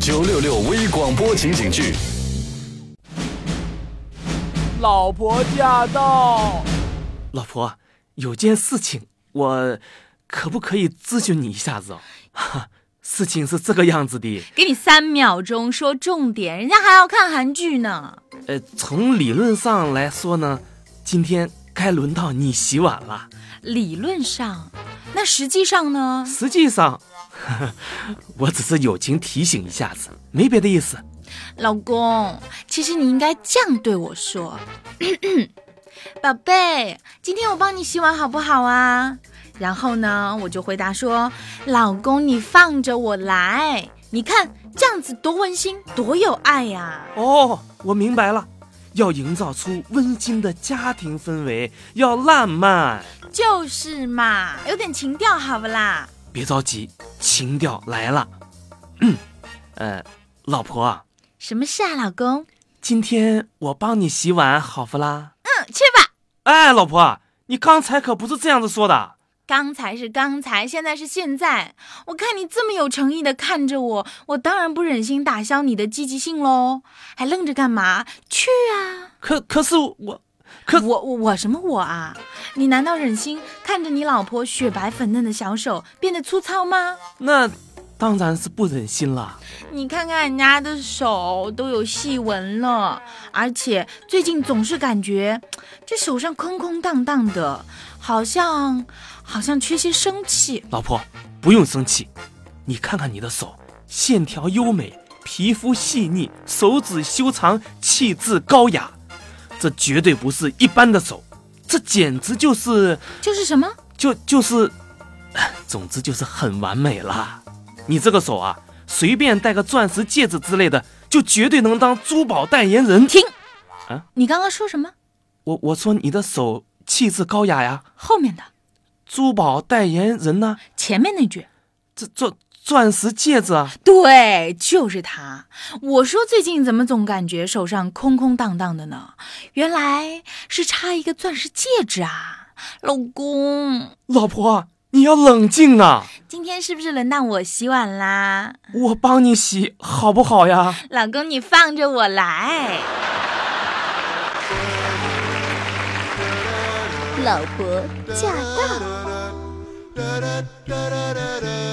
九六六微广播情景剧，老婆驾到！老婆，有件事情，我可不可以咨询你一下子哦？ 哈，事情是这个样子的，给你三秒钟说重点，人家还要看韩剧呢。呃，从理论上来说呢，今天该轮到你洗碗了。理论上，那实际上呢？实际上， 呵呵我只是友情提醒一下子，没别的意思。老公，其实你应该这样对我说：“ 宝贝，今天我帮你洗碗好不好啊？”然后呢，我就回答说：“老公，你放着我来。”你看这样子多温馨，多有爱啊呀、哦，我明白了，要营造出温馨的家庭氛围，要浪漫。就是嘛，有点情调好不啦？别着急，情调来了。呃，老婆啊，什么事啊，老公？今天我帮你洗碗好不啦？嗯，去吧。哎，老婆，你刚才可不是这样子说的。刚才是刚才，现在是现在。我看你这么有诚意的看着我，我当然不忍心打消你的积极性喽。还愣着干嘛？去啊！可可是我，可我我我什么我啊？你难道忍心看着你老婆雪白粉嫩的小手变得粗糙吗？那当然是不忍心了。你看看人家的手都有细纹了，而且最近总是感觉这手上空空荡荡的，好像好像缺些生气。老婆，不用生气，你看看你的手，线条优美，皮肤细腻，手指修长，气质高雅，这绝对不是一般的手，这简直就是就是什么？就就是，总之就是很完美啦。你这个手啊，随便戴个钻石戒指之类的，就绝对能当珠宝代言人。停！啊，你刚刚说什么？我我说你的手气质高雅呀，后面的珠宝代言人呢、前面那句，这钻钻石戒指啊，对，就是他。我说最近怎么总感觉手上空空荡荡的呢？原来是差一个钻石戒指啊，老公。老婆，啊你要冷静啊！今天是不是轮到我洗碗啦？我帮你洗好不好呀？老公，你放着我来。老婆驾到。